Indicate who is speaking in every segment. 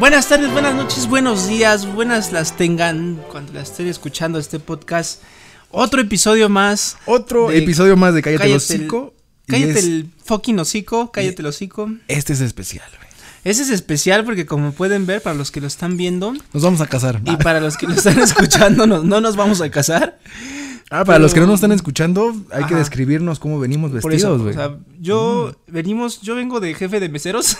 Speaker 1: Buenas tardes, buenas noches, buenos días, buenas las tengan cuando las estén escuchando este podcast. Otro episodio más.
Speaker 2: Otro
Speaker 1: de-
Speaker 2: episodio más de Cállate,
Speaker 1: Cállate
Speaker 2: el Hocico. y
Speaker 1: Cállate
Speaker 2: es-
Speaker 1: el fucking hocico, cállate el hocico.
Speaker 2: Este es especial, güey.
Speaker 1: Ese es especial porque como pueden ver, para los que lo están viendo
Speaker 2: Nos vamos a casar.
Speaker 1: y para los que lo están escuchando, no, no nos vamos a casar.
Speaker 2: Ah, para
Speaker 1: pero-
Speaker 2: los que no nos están escuchando, hay que
Speaker 1: Ajá.
Speaker 2: describirnos cómo venimos
Speaker 1: Por eso,
Speaker 2: vestidos,
Speaker 1: o
Speaker 2: güey. Mm.
Speaker 1: sea, yo venimos, yo vengo de jefe de meseros.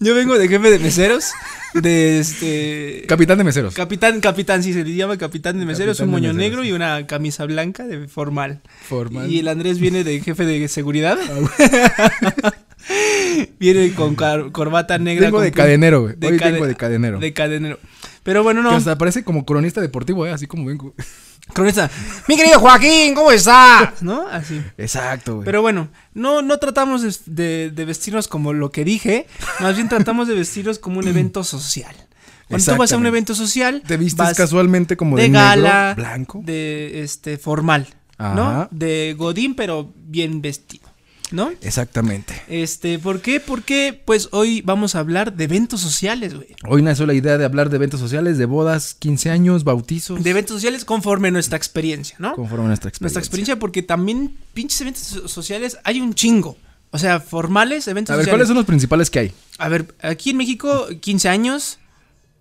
Speaker 1: yo vengo de jefe de meseros, de este...
Speaker 2: Capitán de meseros.
Speaker 1: Capitán, capitán, sí, se le llama capitán de meseros,
Speaker 2: Capitán
Speaker 1: un
Speaker 2: de
Speaker 1: moño
Speaker 2: meseros,
Speaker 1: negro y una camisa blanca de formal.
Speaker 2: Formal. Ah,
Speaker 1: Y el Andrés viene de jefe de seguridad. viene con car- corbata negra.
Speaker 2: Vengo
Speaker 1: con
Speaker 2: de
Speaker 1: pun-
Speaker 2: cadenero, güey. Hoy
Speaker 1: cade-
Speaker 2: vengo de cadenero.
Speaker 1: De cadenero. Pero bueno,
Speaker 2: Que
Speaker 1: no.
Speaker 2: hasta parece como cronista deportivo, ¿eh? Así como vengo.
Speaker 1: Cronista. Mi querido Joaquín, ¿cómo está? ¿No? Así.
Speaker 2: Exacto, güey.
Speaker 1: Pero bueno, no, no tratamos de, de- de vestirnos como lo que dije, más bien tratamos de vestirnos como un evento social. Cuando tú vas a un
Speaker 2: Exactamente.
Speaker 1: evento social,
Speaker 2: Te vistes
Speaker 1: vas-
Speaker 2: casualmente como de,
Speaker 1: de
Speaker 2: negro,
Speaker 1: gala,
Speaker 2: blanco.
Speaker 1: de este formal, ¿no?
Speaker 2: Ajá.
Speaker 1: De godín pero bien vestido, ¿no?
Speaker 2: Exactamente.
Speaker 1: Este, ¿por qué? Porque pues hoy vamos a hablar de eventos sociales, güey.
Speaker 2: Hoy nació la idea de hablar de eventos sociales, de bodas, 15 años, bautizos.
Speaker 1: De eventos sociales conforme a nuestra experiencia, ¿no?
Speaker 2: Conforme a nuestra experiencia.
Speaker 1: Nuestra experiencia porque también pinches eventos so- sociales hay un chingo. O sea, formales, eventos
Speaker 2: A ver,
Speaker 1: sociales.
Speaker 2: ¿cuáles son los principales que hay?
Speaker 1: A ver, aquí en México 15 años,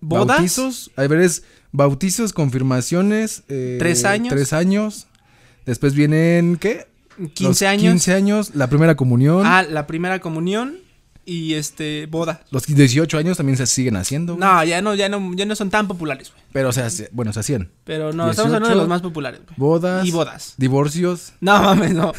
Speaker 1: bodas,
Speaker 2: Bautizos. A ver, es bautizos, confirmaciones. eh,
Speaker 1: Tres años.
Speaker 2: Tres años. Después vienen, ¿qué?
Speaker 1: 15
Speaker 2: Los
Speaker 1: años.
Speaker 2: 15 años, la primera comunión.
Speaker 1: ah, la primera comunión y este boda.
Speaker 2: Los 18 años también se siguen haciendo.
Speaker 1: No, ya no, ya no, ya no son tan populares, güey.
Speaker 2: Pero, o sea, se- bueno, se hacían.
Speaker 1: Pero no, estamos hablando de
Speaker 2: 18,
Speaker 1: los más populares, güey.
Speaker 2: Bodas.
Speaker 1: Y bodas.
Speaker 2: Divorcios.
Speaker 1: No mames, no.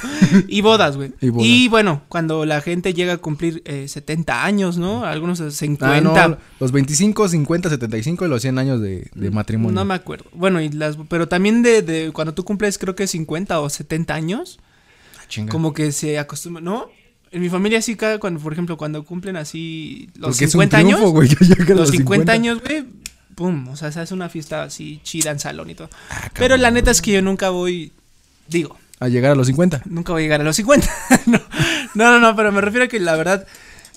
Speaker 1: Y bodas, güey.
Speaker 2: Y bodas.
Speaker 1: Y bueno, cuando la gente llega a cumplir eh, 70 años, ¿no? Algunos eh, 50.
Speaker 2: Ah, no,
Speaker 1: no,
Speaker 2: los 25, 50, 75 y los 100 años de, de matrimonio.
Speaker 1: me acuerdo. Bueno, y las pero también de, de cuando tú cumples creo que 50 o 70 años,
Speaker 2: Ah, chinga.
Speaker 1: como que se acostumbra, ¿no? En mi familia sí cada cuando por ejemplo, cuando cumplen así los
Speaker 2: Porque es un
Speaker 1: 50
Speaker 2: triunfo,
Speaker 1: años,
Speaker 2: güey, que llegue a
Speaker 1: los 50, años, güey, pum, o sea, se hace una fiesta así chida en salón y todo.
Speaker 2: Ah,
Speaker 1: pero la
Speaker 2: cabrón.
Speaker 1: neta es que yo nunca voy digo,
Speaker 2: A llegar a los 50.
Speaker 1: Nunca voy a llegar a los 50. no, no, no, no, pero me refiero a que la verdad,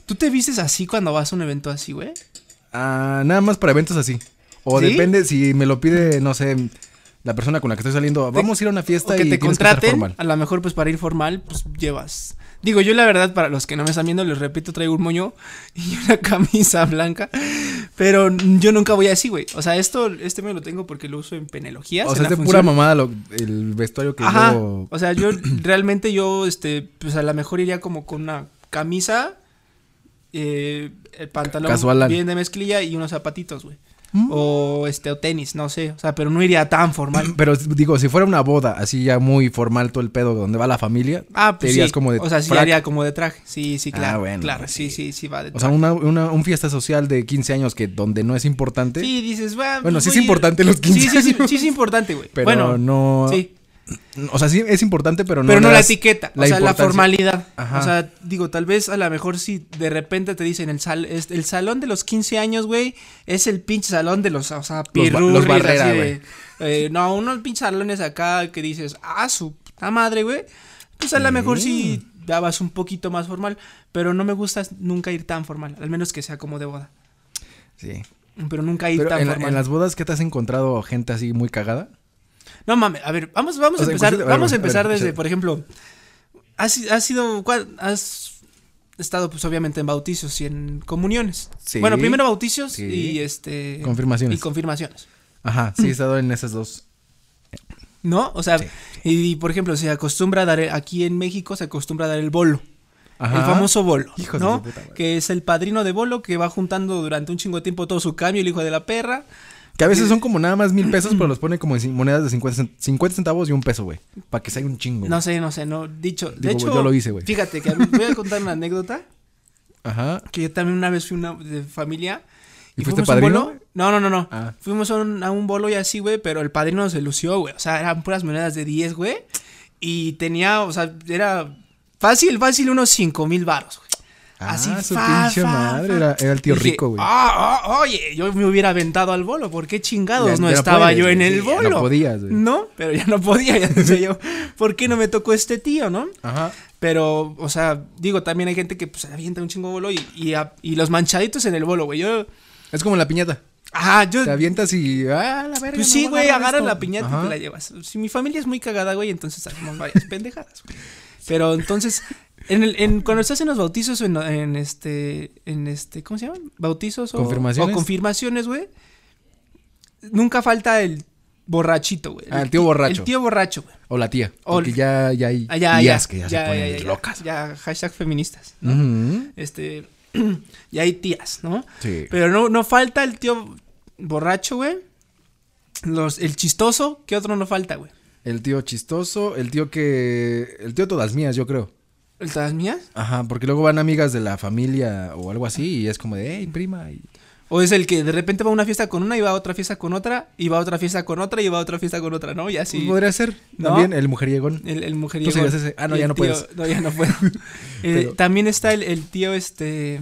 Speaker 1: ¿tú te vistes así cuando vas a un evento así, güey?
Speaker 2: Ah, nada más para eventos así. O
Speaker 1: ¿Sí?
Speaker 2: depende si me lo pide, no sé, la persona con la que estoy saliendo. Vamos a ir a una fiesta
Speaker 1: O que
Speaker 2: y
Speaker 1: te
Speaker 2: tienes que estar
Speaker 1: contraten,
Speaker 2: formal.
Speaker 1: a lo mejor pues para ir formal, pues llevas. Digo, yo la verdad, para los que no me están viendo, les repito, traigo un moño y una camisa blanca, pero yo nunca voy así, güey. O sea, esto, este me lo tengo porque lo uso en penelogías.
Speaker 2: O
Speaker 1: en
Speaker 2: sea, es
Speaker 1: la
Speaker 2: de pura
Speaker 1: función.
Speaker 2: mamada lo- el vestuario que
Speaker 1: Ajá,
Speaker 2: yo...
Speaker 1: o sea, yo realmente yo, este, pues a lo mejor iría como con una camisa, eh, el pantalón
Speaker 2: Casual.
Speaker 1: bien de mezclilla y unos zapatitos, güey.
Speaker 2: Mm.
Speaker 1: O este, o tenis, no sé. O sea, pero no iría tan formal.
Speaker 2: Pero digo, si fuera una boda así ya muy formal todo el pedo donde va la familia,
Speaker 1: Ah, pues
Speaker 2: te irías
Speaker 1: sí.
Speaker 2: como de
Speaker 1: o sea, sí
Speaker 2: frac.
Speaker 1: haría como de traje. Sí, sí,
Speaker 2: Ah,
Speaker 1: claro.
Speaker 2: bueno,
Speaker 1: claro,
Speaker 2: pues
Speaker 1: sí, sí, sí va de
Speaker 2: O sea,
Speaker 1: traje.
Speaker 2: una, una- un fiesta social de 15 años que donde no es importante.
Speaker 1: Sí, dices, "Bah,
Speaker 2: Bueno,
Speaker 1: pues
Speaker 2: sí es
Speaker 1: voy a ir".
Speaker 2: importante los 15
Speaker 1: sí, sí, sí,
Speaker 2: años.
Speaker 1: sí es importante, güey.
Speaker 2: Pero
Speaker 1: bueno,
Speaker 2: no.
Speaker 1: sí.
Speaker 2: O sea, sí es importante, pero no.
Speaker 1: pero
Speaker 2: le
Speaker 1: no la
Speaker 2: das
Speaker 1: etiqueta, o sea, la
Speaker 2: importancia.
Speaker 1: formalidad.
Speaker 2: Ajá.
Speaker 1: O sea, digo, tal vez a lo mejor si de repente te dicen el, sal, es- el salón de los 15 años, güey, es el pinche salón de los, o sea, pirurris,
Speaker 2: los barrera,
Speaker 1: así de-
Speaker 2: güey.
Speaker 1: eh, no, unos pinches salones acá que dices, ah, su puta madre, güey. Pues a lo mejor sí dabas un poquito más formal, pero no me gusta nunca ir tan formal, al menos que sea como de boda.
Speaker 2: Sí.
Speaker 1: Pero nunca ir
Speaker 2: Pero
Speaker 1: tan
Speaker 2: en, la-
Speaker 1: formal.
Speaker 2: en las bodas, ¿qué te has encontrado gente así muy cagada?
Speaker 1: No mames, a ver, vamos, vamos
Speaker 2: O
Speaker 1: a
Speaker 2: sea,
Speaker 1: empezar,
Speaker 2: inclusive- a ver,
Speaker 1: vamos a
Speaker 2: a ver,
Speaker 1: empezar
Speaker 2: o sea-
Speaker 1: desde, por ejemplo, has, has sido, cuál- has estado pues obviamente en bautizos y en comuniones.
Speaker 2: Sí.
Speaker 1: Bueno, primero bautizos
Speaker 2: Sí.
Speaker 1: y este...
Speaker 2: Confirmaciones.
Speaker 1: Y confirmaciones,
Speaker 2: Ajá, sí, he estado en esas dos.
Speaker 1: ¿no? O sea,
Speaker 2: Sí.
Speaker 1: y, por ejemplo, se acostumbra a dar, el- aquí en México se acostumbra a dar el bolo.
Speaker 2: Ajá.
Speaker 1: El famoso bolo,
Speaker 2: Hijos de
Speaker 1: ¿no?
Speaker 2: su puta madre.
Speaker 1: que es el padrino de bolo que va juntando durante un chingo de tiempo todo su cambio, el hijo de la perra.
Speaker 2: Que a veces son como nada más mil pesos, pero los pone como en cin- monedas de 50, cent- 50 centavos y un peso, güey. Para que salga un chingo.
Speaker 1: No
Speaker 2: güey.
Speaker 1: sé, no sé, no, dicho, de
Speaker 2: Digo,
Speaker 1: hecho,
Speaker 2: yo lo hice, güey.
Speaker 1: fíjate que a mí- voy a contar una anécdota.
Speaker 2: Ajá.
Speaker 1: que yo también una vez fui una de familia.
Speaker 2: ¿Y fuiste
Speaker 1: fuimos a un
Speaker 2: padrino?
Speaker 1: bolo. No, no, no, no.
Speaker 2: Ah.
Speaker 1: Fuimos a un, a un bolo y así, güey, pero el padrino se lució, güey. O sea, eran puras monedas de 10, güey. Y tenía, o sea, era fácil, fácil, unos 5 mil varos, güey. Así,
Speaker 2: Ah, su
Speaker 1: fa,
Speaker 2: pinche
Speaker 1: fa,
Speaker 2: madre.
Speaker 1: fa.
Speaker 2: Era, era el tío
Speaker 1: Dije,
Speaker 2: rico, güey.
Speaker 1: Ah, ah, oye, yo me hubiera aventado al bolo. ¿Por qué chingados
Speaker 2: Ya-
Speaker 1: no
Speaker 2: ya no
Speaker 1: estaba
Speaker 2: puedes,
Speaker 1: yo en
Speaker 2: güey,
Speaker 1: el
Speaker 2: sí, ya
Speaker 1: bolo?
Speaker 2: no podías, güey.
Speaker 1: No, pero ya no podía. Ya decía yo, ¿por qué no me tocó este tío, no?
Speaker 2: Ajá.
Speaker 1: Pero, o sea, digo, también hay gente que pues, avienta un chingo de bolo y, y, a- y los manchaditos en el bolo, güey. Yo,
Speaker 2: Es como la piñata.
Speaker 1: ah, yo,
Speaker 2: Te avientas y. ¡Ah, la verga!
Speaker 1: pues
Speaker 2: me
Speaker 1: sí,
Speaker 2: voy a
Speaker 1: güey,
Speaker 2: agarrar
Speaker 1: agarras
Speaker 2: esto.
Speaker 1: la piñata
Speaker 2: Ajá.
Speaker 1: y te la llevas. Si mi familia es muy cagada, güey, entonces hacemos varias pendejadas, güey. Pero entonces, en el, en, cuando estás en los bautizos o en, en este, en este, ¿cómo se llaman? Bautizos o
Speaker 2: Confirmaciones.
Speaker 1: o confirmaciones, güey. Nunca falta el borrachito, güey.
Speaker 2: Ah, el tío borracho.
Speaker 1: El tío borracho, güey.
Speaker 2: O la tía.
Speaker 1: O-
Speaker 2: Porque ya, ya hay
Speaker 1: Ah, ya,
Speaker 2: tías
Speaker 1: ya,
Speaker 2: que ya,
Speaker 1: ya,
Speaker 2: se ponen
Speaker 1: ya, ya,
Speaker 2: locas.
Speaker 1: Ya, hashtag feministas. ¿no?
Speaker 2: Ujú.
Speaker 1: Este, y hay tías, ¿no?
Speaker 2: Sí.
Speaker 1: Pero no, no falta el tío borracho, güey. Los, el chistoso, ¿qué otro no falta, güey?
Speaker 2: El tío chistoso, el tío que. El tío todas mías, yo creo.
Speaker 1: ¿El todas mías?
Speaker 2: Ajá, porque luego van amigas de la familia o algo así y es como de, hey, prima. y- pues
Speaker 1: ¿O es el que de repente va a una fiesta con una y va a otra fiesta con otra, y va a otra fiesta con otra, y va a otra fiesta con otra, ¿no? Y así.
Speaker 2: Podría ser.
Speaker 1: ¿No?
Speaker 2: También el mujeriegón.
Speaker 1: El, el mujeriego.
Speaker 2: Tú serías ese. Ah, no,
Speaker 1: Y
Speaker 2: ya
Speaker 1: el
Speaker 2: no
Speaker 1: tío-
Speaker 2: puedes.
Speaker 1: No, ya no puedo. Eh,
Speaker 2: Pero-
Speaker 1: También está el, el tío, este.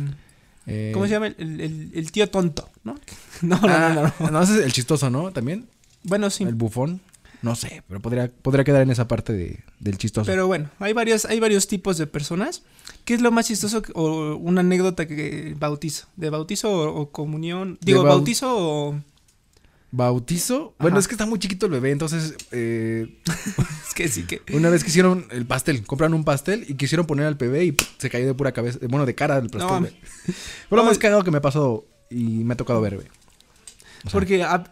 Speaker 2: Eh,
Speaker 1: ¿Cómo se llama? El, el- el tío tonto, ¿no? No, no,
Speaker 2: ah,
Speaker 1: no, no, no.
Speaker 2: ese es el chistoso, ¿no? También.
Speaker 1: Bueno, sí.
Speaker 2: El bufón. No sé, pero podría, podría quedar en esa parte de- del chistoso.
Speaker 1: Pero bueno, hay varios, hay varios tipos de personas. ¿Qué es lo más chistoso que- o una anécdota que bautizo? ¿De bautizo o, o comunión? Digo,
Speaker 2: bau-
Speaker 1: bautizo o...
Speaker 2: Bautizo. Bueno,
Speaker 1: Ajá.
Speaker 2: es que está muy chiquito el bebé, entonces. eh,
Speaker 1: Es que sí que...
Speaker 2: Una vez quisieron el pastel, compraron un pastel y quisieron poner al bebé y se cayó de pura cabeza, bueno, de cara el pastel.
Speaker 1: No,
Speaker 2: güey. Fue lo
Speaker 1: no,
Speaker 2: más
Speaker 1: y-
Speaker 2: cagado que me ha pasado y me ha tocado ver, güey. O sea,
Speaker 1: Porque... ah,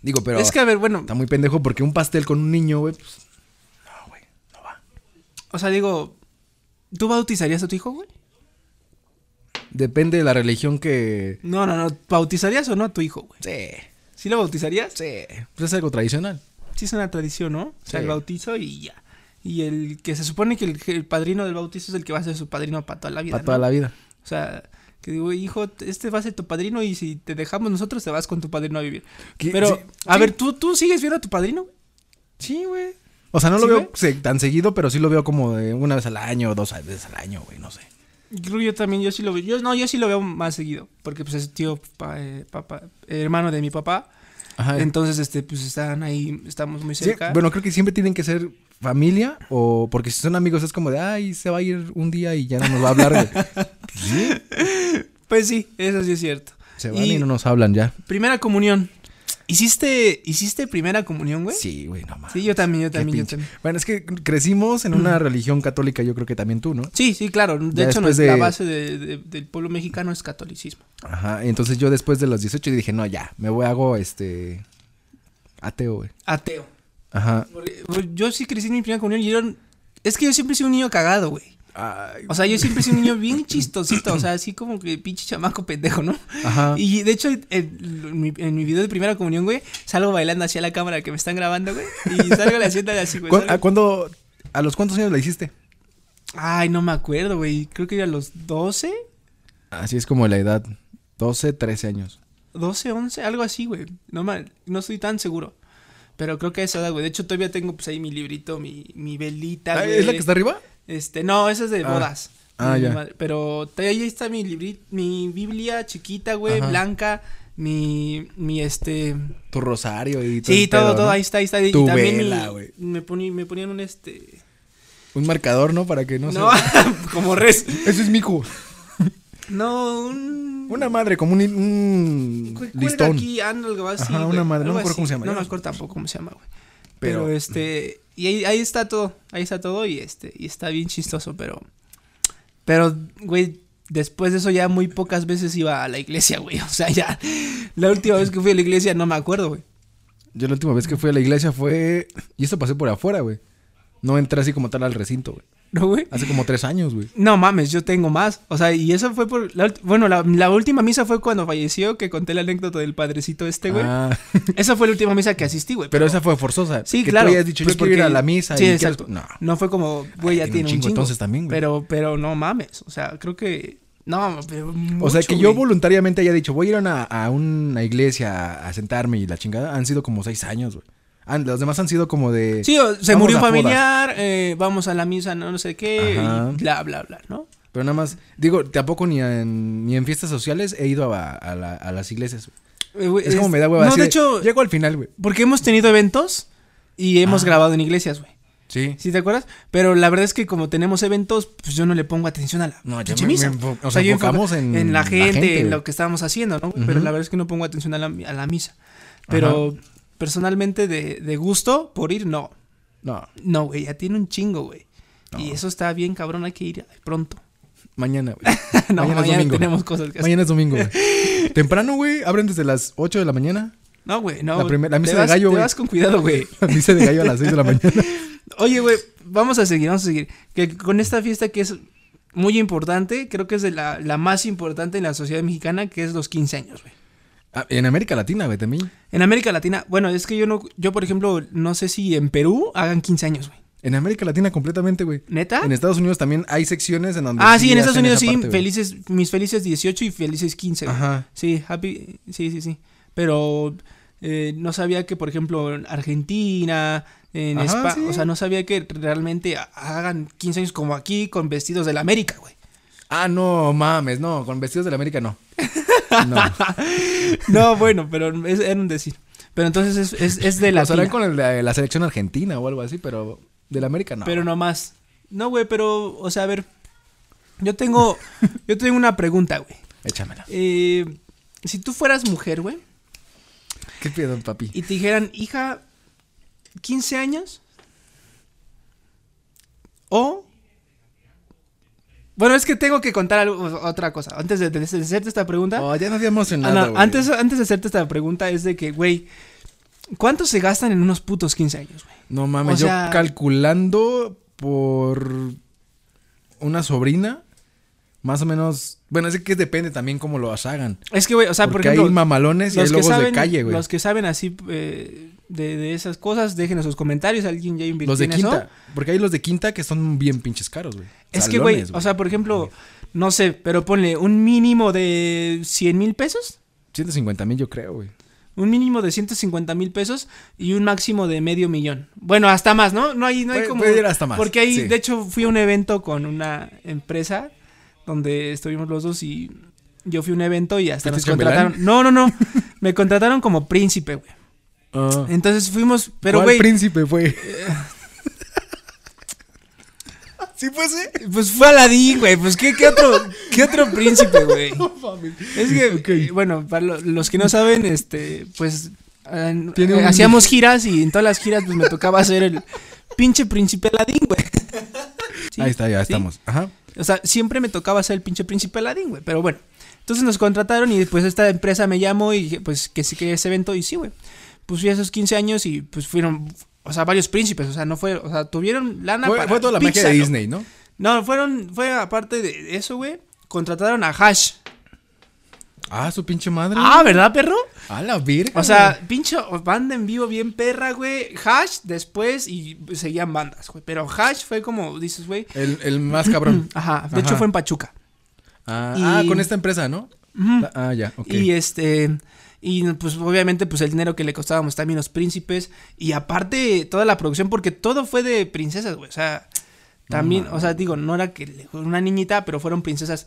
Speaker 2: digo, pero
Speaker 1: es que, a ver, bueno,
Speaker 2: está muy pendejo porque un pastel con un niño, güey, pues no, güey, no va.
Speaker 1: o sea, digo... ¿Tú bautizarías a tu hijo, güey?
Speaker 2: Depende de la religión que
Speaker 1: No, no, no. ¿Bautizarías o no a tu hijo, güey?
Speaker 2: sí,
Speaker 1: ¿Sí lo bautizarías?
Speaker 2: sí, pues es algo tradicional.
Speaker 1: Sí es una tradición, ¿no? O sea,
Speaker 2: Sí.
Speaker 1: el bautizo y ya. Y el que se supone que el, que el padrino del bautizo es el que va a ser su padrino para toda la vida.
Speaker 2: Para toda
Speaker 1: ¿no?
Speaker 2: la vida.
Speaker 1: O sea, que digo, hijo, este va a ser tu padrino y si te dejamos nosotros te vas con tu padrino a vivir.
Speaker 2: ¿Qué?
Speaker 1: Pero,
Speaker 2: Sí,
Speaker 1: a
Speaker 2: sí.
Speaker 1: ver, ¿tú, ¿tú sigues viendo a tu padrino?
Speaker 2: Sí, güey. O sea, no lo
Speaker 1: ¿Sí,
Speaker 2: veo
Speaker 1: güey?
Speaker 2: se- tan seguido, pero sí lo veo como de una vez al año o dos veces al año, güey, no sé.
Speaker 1: Creo que yo también, yo sí lo veo. Yo, no, yo sí lo veo más seguido. Porque, pues, es tío, pa- eh, papá, eh, hermano de mi papá.
Speaker 2: Ajá.
Speaker 1: Entonces, este, pues, están ahí, estamos muy
Speaker 2: Sí,
Speaker 1: cerca.
Speaker 2: bueno, creo que siempre tienen que ser familia o porque si son amigos es como de, ay, se va a ir un día y ya no nos va a hablar. güey".
Speaker 1: Pues sí, eso sí es cierto.
Speaker 2: se van
Speaker 1: Y-
Speaker 2: y, no nos hablan ya.
Speaker 1: Primera comunión. ¿Hiciste, hiciste primera comunión, güey?
Speaker 2: Sí, güey, no mames.
Speaker 1: Sí, yo también, yo
Speaker 2: Qué
Speaker 1: también, yo
Speaker 2: pinche- Mm.
Speaker 1: también.
Speaker 2: Bueno, es que crecimos en una religión católica, yo creo que también tú, ¿no?
Speaker 1: Sí, sí, claro. De
Speaker 2: Ya
Speaker 1: hecho, no,
Speaker 2: después de-
Speaker 1: la base de- de- del pueblo mexicano es catolicismo.
Speaker 2: Ajá, entonces yo después de los 18 dije, no, ya, me voy, hago este ateo, güey.
Speaker 1: Ateo.
Speaker 2: Ajá.
Speaker 1: Porque, pues, Yo sí crecí en mi primera comunión y yo... Es que yo siempre he sido un niño cagado, güey.
Speaker 2: Ay,
Speaker 1: O sea, yo siempre he sido un niño bien chistosito. O sea, así como que pinche chamaco pendejo, ¿no?
Speaker 2: Ajá.
Speaker 1: Y de hecho, en, en mi, en mi video de primera comunión, güey, salgo bailando hacia la cámara que me están grabando, güey. Y salgo a la hacienda de así, güey.
Speaker 2: ¿Cu-
Speaker 1: salgo-
Speaker 2: ¿A cuándo- a los cuántos años la hiciste?
Speaker 1: Ay, no me acuerdo, güey. Creo que a los 12,
Speaker 2: Así es como la edad, 12, 13 años.
Speaker 1: 12, 11, algo así, güey. No, ma- no estoy tan seguro. Pero creo que a esa edad, güey. De hecho, todavía tengo pues ahí mi librito, mi, mi velita,
Speaker 2: Ah,
Speaker 1: güey.
Speaker 2: ¿Es la que está arriba?
Speaker 1: Este, no, esa es de
Speaker 2: Ah.
Speaker 1: bodas.
Speaker 2: Ah,
Speaker 1: Mi
Speaker 2: ya.
Speaker 1: madre- Pero te- ahí está mi libri- mi Biblia chiquita, güey,
Speaker 2: Ajá.
Speaker 1: blanca, mi, mi este...
Speaker 2: Tu rosario y todo.
Speaker 1: Sí,
Speaker 2: el
Speaker 1: todo,
Speaker 2: pedo,
Speaker 1: todo,
Speaker 2: ¿no?
Speaker 1: ahí está, ahí está. Y
Speaker 2: Tu
Speaker 1: también mi-
Speaker 2: vela, güey.
Speaker 1: me, poní- me ponían un este...
Speaker 2: Un marcador, ¿no? Para que no,
Speaker 1: No,
Speaker 2: se...
Speaker 1: como res.
Speaker 2: Eso es mico.
Speaker 1: No, un...
Speaker 2: Una madre, como un, un
Speaker 1: cu- cuelga
Speaker 2: listón.
Speaker 1: aquí, anda, algo así,
Speaker 2: Ajá, una
Speaker 1: güey,
Speaker 2: madre, no
Speaker 1: algo
Speaker 2: me acuerdo
Speaker 1: así.
Speaker 2: cómo se llama,
Speaker 1: No
Speaker 2: ya
Speaker 1: me
Speaker 2: no
Speaker 1: acuerdo tampoco cómo se llama, güey.
Speaker 2: Pero-
Speaker 1: Pero, este, y ahí, ahí está todo, ahí está todo y este, y está bien chistoso, pero, pero, güey, después de eso ya muy pocas veces iba a la iglesia, güey, o sea, ya, la última vez que fui a la iglesia no me acuerdo, güey.
Speaker 2: Yo la última vez que fui a la iglesia fue... Y esto pasé por afuera, güey. No entré así como tal al recinto, güey.
Speaker 1: ¿No, güey?
Speaker 2: Hace como tres años, güey.
Speaker 1: No mames, yo tengo más. O sea, y eso fue por. la ulti- bueno, la, la última misa fue cuando falleció, que conté la anécdota del padrecito este, güey.
Speaker 2: Ah,
Speaker 1: Esa fue la última misa que asistí, güey.
Speaker 2: pero esa fue forzosa.
Speaker 1: Sí,
Speaker 2: que
Speaker 1: claro.
Speaker 2: Tú habías dicho,
Speaker 1: pues
Speaker 2: yo quiero ir a
Speaker 1: porque-
Speaker 2: la misa.
Speaker 1: Sí,
Speaker 2: y quiero-
Speaker 1: exacto.
Speaker 2: No.
Speaker 1: No. fue como, güey, ya tiene un chingo.
Speaker 2: entonces también, güey.
Speaker 1: Pero, pero no mames. O sea, creo que. No, pero.
Speaker 2: O sea,
Speaker 1: mucho,
Speaker 2: que yo
Speaker 1: güey.
Speaker 2: voluntariamente haya dicho, voy a ir a una, a una iglesia a, a sentarme y la chingada. Han sido como seis años, güey. Ah, los demás han sido como de...
Speaker 1: Sí, o- se
Speaker 2: Vamos
Speaker 1: murió
Speaker 2: a
Speaker 1: un familiar, eh, vamos a la misa, no, no sé qué,
Speaker 2: Ajá.
Speaker 1: y bla, bla, bla, ¿no?
Speaker 2: Pero nada más, digo, tampoco ni en, ni en fiestas sociales he ido a, a la- a las iglesias. güey.
Speaker 1: Eh, güey,
Speaker 2: Es, como me da hueva.
Speaker 1: No,
Speaker 2: así
Speaker 1: de
Speaker 2: de-
Speaker 1: hecho,
Speaker 2: Llego al final, güey.
Speaker 1: porque hemos tenido eventos y hemos
Speaker 2: Ah.
Speaker 1: grabado en iglesias, güey.
Speaker 2: Sí.
Speaker 1: ¿Sí te acuerdas? Pero la verdad es que como tenemos eventos, pues yo no le pongo atención a la
Speaker 2: No, yo
Speaker 1: pinche
Speaker 2: me-
Speaker 1: misa.
Speaker 2: me enfo- nos enfocamos en
Speaker 1: la
Speaker 2: la
Speaker 1: gente,
Speaker 2: gente,
Speaker 1: en
Speaker 2: güey.
Speaker 1: lo que estábamos haciendo, ¿no? Pero la verdad es que no pongo atención a la, a la misa. Pero personalmente de, de gusto por ir, no.
Speaker 2: No,
Speaker 1: No, güey, ya tiene un chingo, güey. Y eso está bien, cabrón, hay que ir pronto.
Speaker 2: mañana, güey.
Speaker 1: no,
Speaker 2: Mañana
Speaker 1: mañana,
Speaker 2: es domingo.
Speaker 1: tenemos cosas que hacer.
Speaker 2: mañana es domingo, güey. Temprano, güey. Abren desde las 8 de la mañana.
Speaker 1: No, güey, no.
Speaker 2: La primer- la
Speaker 1: te
Speaker 2: misa de
Speaker 1: vas-
Speaker 2: gallo,
Speaker 1: Te
Speaker 2: güey.
Speaker 1: vas con cuidado, güey.
Speaker 2: La misa de gallo a las 6 de la mañana.
Speaker 1: Oye, güey, vamos a seguir, vamos a seguir. Que con esta fiesta que es muy importante, creo que es de la, la más importante en la sociedad mexicana, que es los 15 años, güey.
Speaker 2: Ah, en América Latina, güey, también.
Speaker 1: En América Latina, bueno, es que yo no, yo por ejemplo, no sé si en Perú hagan 15 años, güey.
Speaker 2: En América Latina completamente, güey.
Speaker 1: ¿Neta?
Speaker 2: En Estados Unidos también hay secciones en donde.
Speaker 1: ah, sí, en Estados
Speaker 2: hacen
Speaker 1: Unidos
Speaker 2: esa
Speaker 1: sí,
Speaker 2: parte, güey.
Speaker 1: felices, mis felices 18 y felices 15, güey.
Speaker 2: Ajá.
Speaker 1: Sí, happy, sí, sí, sí. Pero eh, no sabía que, por ejemplo, en Argentina, en
Speaker 2: Ajá,
Speaker 1: España,
Speaker 2: sí.
Speaker 1: o sea, no sabía que realmente hagan 15 años como aquí con vestidos de la América, güey.
Speaker 2: Ah, no mames, no. Con vestidos de la América no. No.
Speaker 1: No, bueno, pero es, era un decir. Pero entonces es, es, es de la
Speaker 2: Lo harán con el de la selección argentina o algo así, pero de la América no.
Speaker 1: Pero no más. No, güey, pero, o sea, a ver. Yo tengo, yo tengo una pregunta, güey.
Speaker 2: Échamela.
Speaker 1: Eh, si tú fueras mujer, güey,
Speaker 2: ¿Qué pedo, papi?
Speaker 1: y te dijeran, hija, 15 años. O. Bueno, es que tengo que contar algo- otra cosa. Antes de, de- de hacerte esta pregunta.
Speaker 2: Oh, ya no
Speaker 1: Ah,
Speaker 2: había emocionado.
Speaker 1: no,
Speaker 2: güey.
Speaker 1: antes, antes de hacerte esta pregunta es de que, güey, ¿cuánto se gastan en unos putos 15 años, güey?
Speaker 2: No mames,
Speaker 1: o sea-
Speaker 2: yo calculando por una sobrina, más o menos. Bueno, es que depende también cómo lo hagan.
Speaker 1: Es que, güey, o sea,
Speaker 2: Porque
Speaker 1: por ejemplo.
Speaker 2: hay mamalones y hay logos de calle, güey.
Speaker 1: Los que saben así eh, de, de esas cosas, dejen en sus comentarios. Alguien ya invirtió
Speaker 2: Los de
Speaker 1: en eso?
Speaker 2: quinta. Porque hay los de quinta que son bien pinches caros, güey.
Speaker 1: Es que, güey,
Speaker 2: Salones,
Speaker 1: o sea, por ejemplo, no sé, pero ponle un mínimo de 100 mil pesos,
Speaker 2: 150 mil, yo creo, güey.
Speaker 1: un mínimo de 150 mil pesos y un máximo de medio millón. Bueno, hasta más, ¿no? No hay, no hay
Speaker 2: Puede-
Speaker 1: como.
Speaker 2: puede ir hasta más,
Speaker 1: Porque ahí,
Speaker 2: sí.
Speaker 1: de hecho, fui a un evento con una empresa donde estuvimos los dos y yo fui a un evento y hasta nos
Speaker 2: ¿Fuiste chambelán?
Speaker 1: contrataron. No, no, no. me contrataron como príncipe, güey. Entonces fuimos, Ah. pero,
Speaker 2: ¿Cuál
Speaker 1: güey. eh,
Speaker 2: príncipe fue? ¿Sí fue ese?
Speaker 1: Pues fue Aladín, güey. Pues qué, qué otro, qué otro príncipe, güey. Es que, eh, bueno, para lo- los que no saben, este, pues eh,
Speaker 2: Tiene
Speaker 1: eh,
Speaker 2: un-
Speaker 1: hacíamos giras y en todas las giras pues me tocaba hacer el pinche príncipe Aladín, güey. Sí,
Speaker 2: Ahí está, ya
Speaker 1: sí.
Speaker 2: estamos. Ajá.
Speaker 1: O sea, siempre me tocaba ser el pinche príncipe Aladín, güey. Pero bueno, entonces nos contrataron y después esta empresa me llamó y dije, pues que sí que ese evento y sí, güey. Pues fui a esos 15 años y pues fueron, o sea, varios príncipes, o sea, no fue, o sea, tuvieron lana
Speaker 2: Fue,
Speaker 1: para
Speaker 2: fue toda la magia
Speaker 1: pizza,
Speaker 2: de
Speaker 1: ¿no?
Speaker 2: Disney, ¿no?
Speaker 1: No, fueron, fue aparte de eso, güey. Contrataron a Hash.
Speaker 2: Ah, su pinche madre.
Speaker 1: Ah, ¿verdad, perro?
Speaker 2: A la virgen.
Speaker 1: O sea, pinche banda en vivo bien perra, güey. Hash después y seguían bandas, güey. Pero Hash fue como, dices, güey.
Speaker 2: güey. El, el más cabrón.
Speaker 1: Ajá, de
Speaker 2: Ajá.
Speaker 1: hecho fue en Pachuca.
Speaker 2: Ah,
Speaker 1: Y-
Speaker 2: ah, con esta empresa, ¿no?
Speaker 1: Ujú.
Speaker 2: Ah, ya, ok.
Speaker 1: Y este, y pues obviamente pues el dinero que le costábamos también los príncipes. Y aparte toda la producción, porque todo fue de princesas, güey. O sea, también, o sea, digo, no era que le- una niñita, pero fueron princesas.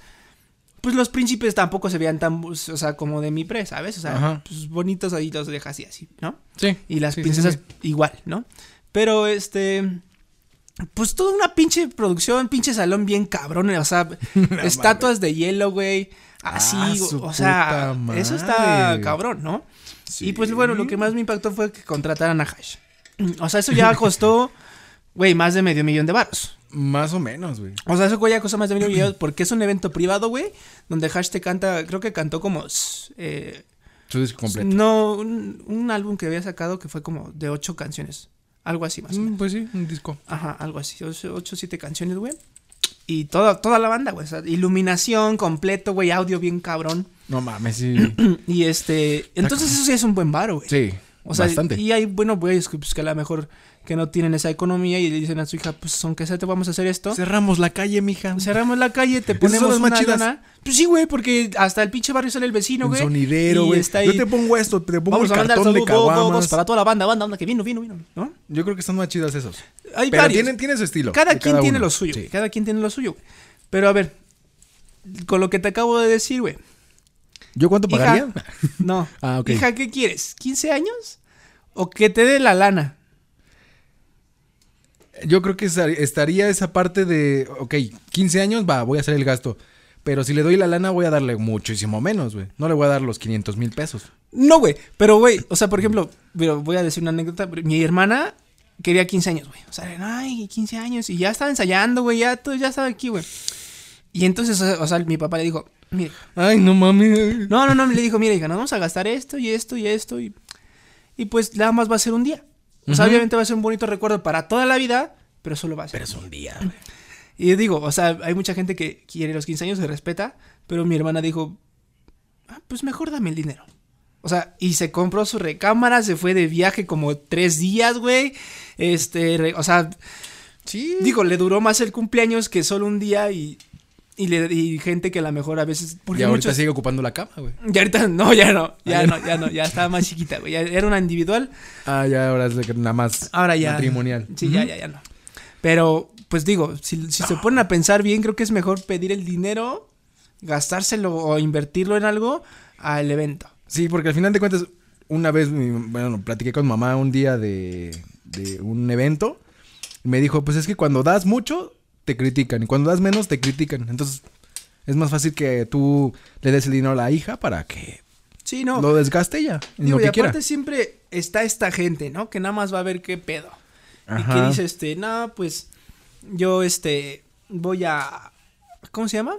Speaker 1: Pues los príncipes tampoco se veían tan, o sea, como de mi pre, ¿sabes? O sea,
Speaker 2: Ajá.
Speaker 1: pues bonitos ahí los dejas y así, ¿no?
Speaker 2: sí.
Speaker 1: Y las
Speaker 2: Sí, sí,
Speaker 1: princesas
Speaker 2: sí.
Speaker 1: igual, ¿no? Pero este. Pues toda una pinche producción, pinche salón bien cabrón. O sea, estatuas de hielo, güey. Así,
Speaker 2: Ah,
Speaker 1: o-
Speaker 2: su
Speaker 1: o sea,
Speaker 2: puta
Speaker 1: eso está
Speaker 2: madre.
Speaker 1: cabrón, ¿no?
Speaker 2: Sí.
Speaker 1: Y pues bueno, lo que más me impactó fue que contrataran a Hash. O sea, eso ya costó, güey, más de medio millón de varos.
Speaker 2: Más o menos, güey.
Speaker 1: O sea, eso güey, ya costó más de medio millón porque es un evento privado, güey, donde Hash te canta, creo que cantó como... eh,
Speaker 2: Su disco completo.
Speaker 1: no, un, un álbum que había sacado que fue como de ocho canciones. Algo así, más o menos.
Speaker 2: Mm, pues sí, un disco.
Speaker 1: Ajá, algo así. Ocho, ocho siete canciones, güey. Y toda, toda la banda, güey. o sea, iluminación completo, güey. Audio bien cabrón.
Speaker 2: No mames, sí.
Speaker 1: Y este. Entonces, eso sí es un buen varo, güey.
Speaker 2: sí.
Speaker 1: O sea,
Speaker 2: bastante.
Speaker 1: y hay, bueno, güeyes que, pues, que a lo mejor que no tienen esa economía y le dicen a su hija, pues aunque sea te vamos a hacer esto.
Speaker 2: Cerramos la calle, mija.
Speaker 1: Cerramos la calle, te
Speaker 2: Esas son
Speaker 1: ponemos
Speaker 2: las más
Speaker 1: una
Speaker 2: chidas.
Speaker 1: lana. Pues sí, güey, porque hasta el pinche barrio sale el vecino,
Speaker 2: Un
Speaker 1: güey.
Speaker 2: sonidero,
Speaker 1: y
Speaker 2: güey.
Speaker 1: está ahí.
Speaker 2: Yo te pongo esto, te pongo
Speaker 1: Vamos a
Speaker 2: el
Speaker 1: mandar
Speaker 2: cartón de
Speaker 1: saludos
Speaker 2: caguamas.
Speaker 1: para toda la banda, banda, banda que vino, vino, vino, ¿no?
Speaker 2: Yo creo que están más chidas esos.
Speaker 1: Hay
Speaker 2: Pero
Speaker 1: varios.
Speaker 2: tienen, tiene su estilo.
Speaker 1: cada
Speaker 2: de
Speaker 1: quien tiene
Speaker 2: uno.
Speaker 1: lo suyo,
Speaker 2: Sí.
Speaker 1: cada quien tiene lo suyo. Pero a ver, con lo que te acabo de decir, güey.
Speaker 2: ¿Yo cuánto
Speaker 1: Hija,
Speaker 2: pagaría?
Speaker 1: No.
Speaker 2: Ah, ok.
Speaker 1: Hija, ¿qué quieres? ¿15 años? ¿O que te dé la lana?
Speaker 2: Yo creo que estar- estaría esa parte de, ok, 15 años, va, voy a hacer el gasto. Pero si le doy la lana, voy a darle muchísimo menos, güey. No le voy a dar los 500 mil pesos.
Speaker 1: No, güey. Pero, güey, o sea, por ejemplo, pero voy a decir una anécdota. pero Mi hermana quería 15 años, güey. O sea, ay, 15 años. Y ya estaba ensayando, güey. Ya, todo, ya estaba aquí, güey. Y entonces, o sea, o sea, mi papá le dijo, mire,
Speaker 2: Ay, no mames.
Speaker 1: No, no, no, le dijo, mira, hija, nos vamos a gastar esto y esto y esto y, y pues nada más va a ser un día. O sea,
Speaker 2: Ujú.
Speaker 1: obviamente va a ser un bonito recuerdo para toda la vida, pero solo va a ser.
Speaker 2: Pero es un día, güey.
Speaker 1: Y yo digo, o sea, hay mucha gente que quiere los 15 años, se respeta, pero mi hermana dijo, "Ah, pues mejor dame el dinero. O sea, y se compró su recámara, se fue de viaje como tres días, güey. Este, re- o sea,
Speaker 2: Sí.
Speaker 1: digo, le duró más el cumpleaños que solo un día y, y, le- y gente que a lo mejor a veces...
Speaker 2: y
Speaker 1: porque
Speaker 2: ahorita
Speaker 1: muchos-
Speaker 2: sigue ocupando la cama, güey.
Speaker 1: ya ahorita no, ya no, ya
Speaker 2: Ah, ya
Speaker 1: no, ya no, ya estaba más chiquita, güey. Ya era una individual,
Speaker 2: Ah, ya, ahora es de que nada más
Speaker 1: ahora ya.
Speaker 2: matrimonial.
Speaker 1: Sí, ya, ya, ya no. Pero, pues digo, si, si se ponen a pensar bien, creo que es mejor pedir el dinero, gastárselo o invertirlo en algo al evento.
Speaker 2: Sí, porque al final de cuentas, una vez, mi- bueno, platiqué con mamá un día de, de un evento. Y me dijo, pues es que cuando das mucho, te critican. Y cuando das menos, te critican. Entonces, es más fácil que tú le des el dinero a la hija para que
Speaker 1: Sí, no.
Speaker 2: lo desgaste ella. En
Speaker 1: digo,
Speaker 2: lo
Speaker 1: y
Speaker 2: que
Speaker 1: aparte
Speaker 2: quiera.
Speaker 1: siempre está esta gente, ¿no? Que nada más va a ver qué pedo. Y que
Speaker 2: Ajá.
Speaker 1: dice, este, no, pues yo, este, voy a... ¿Cómo se llama?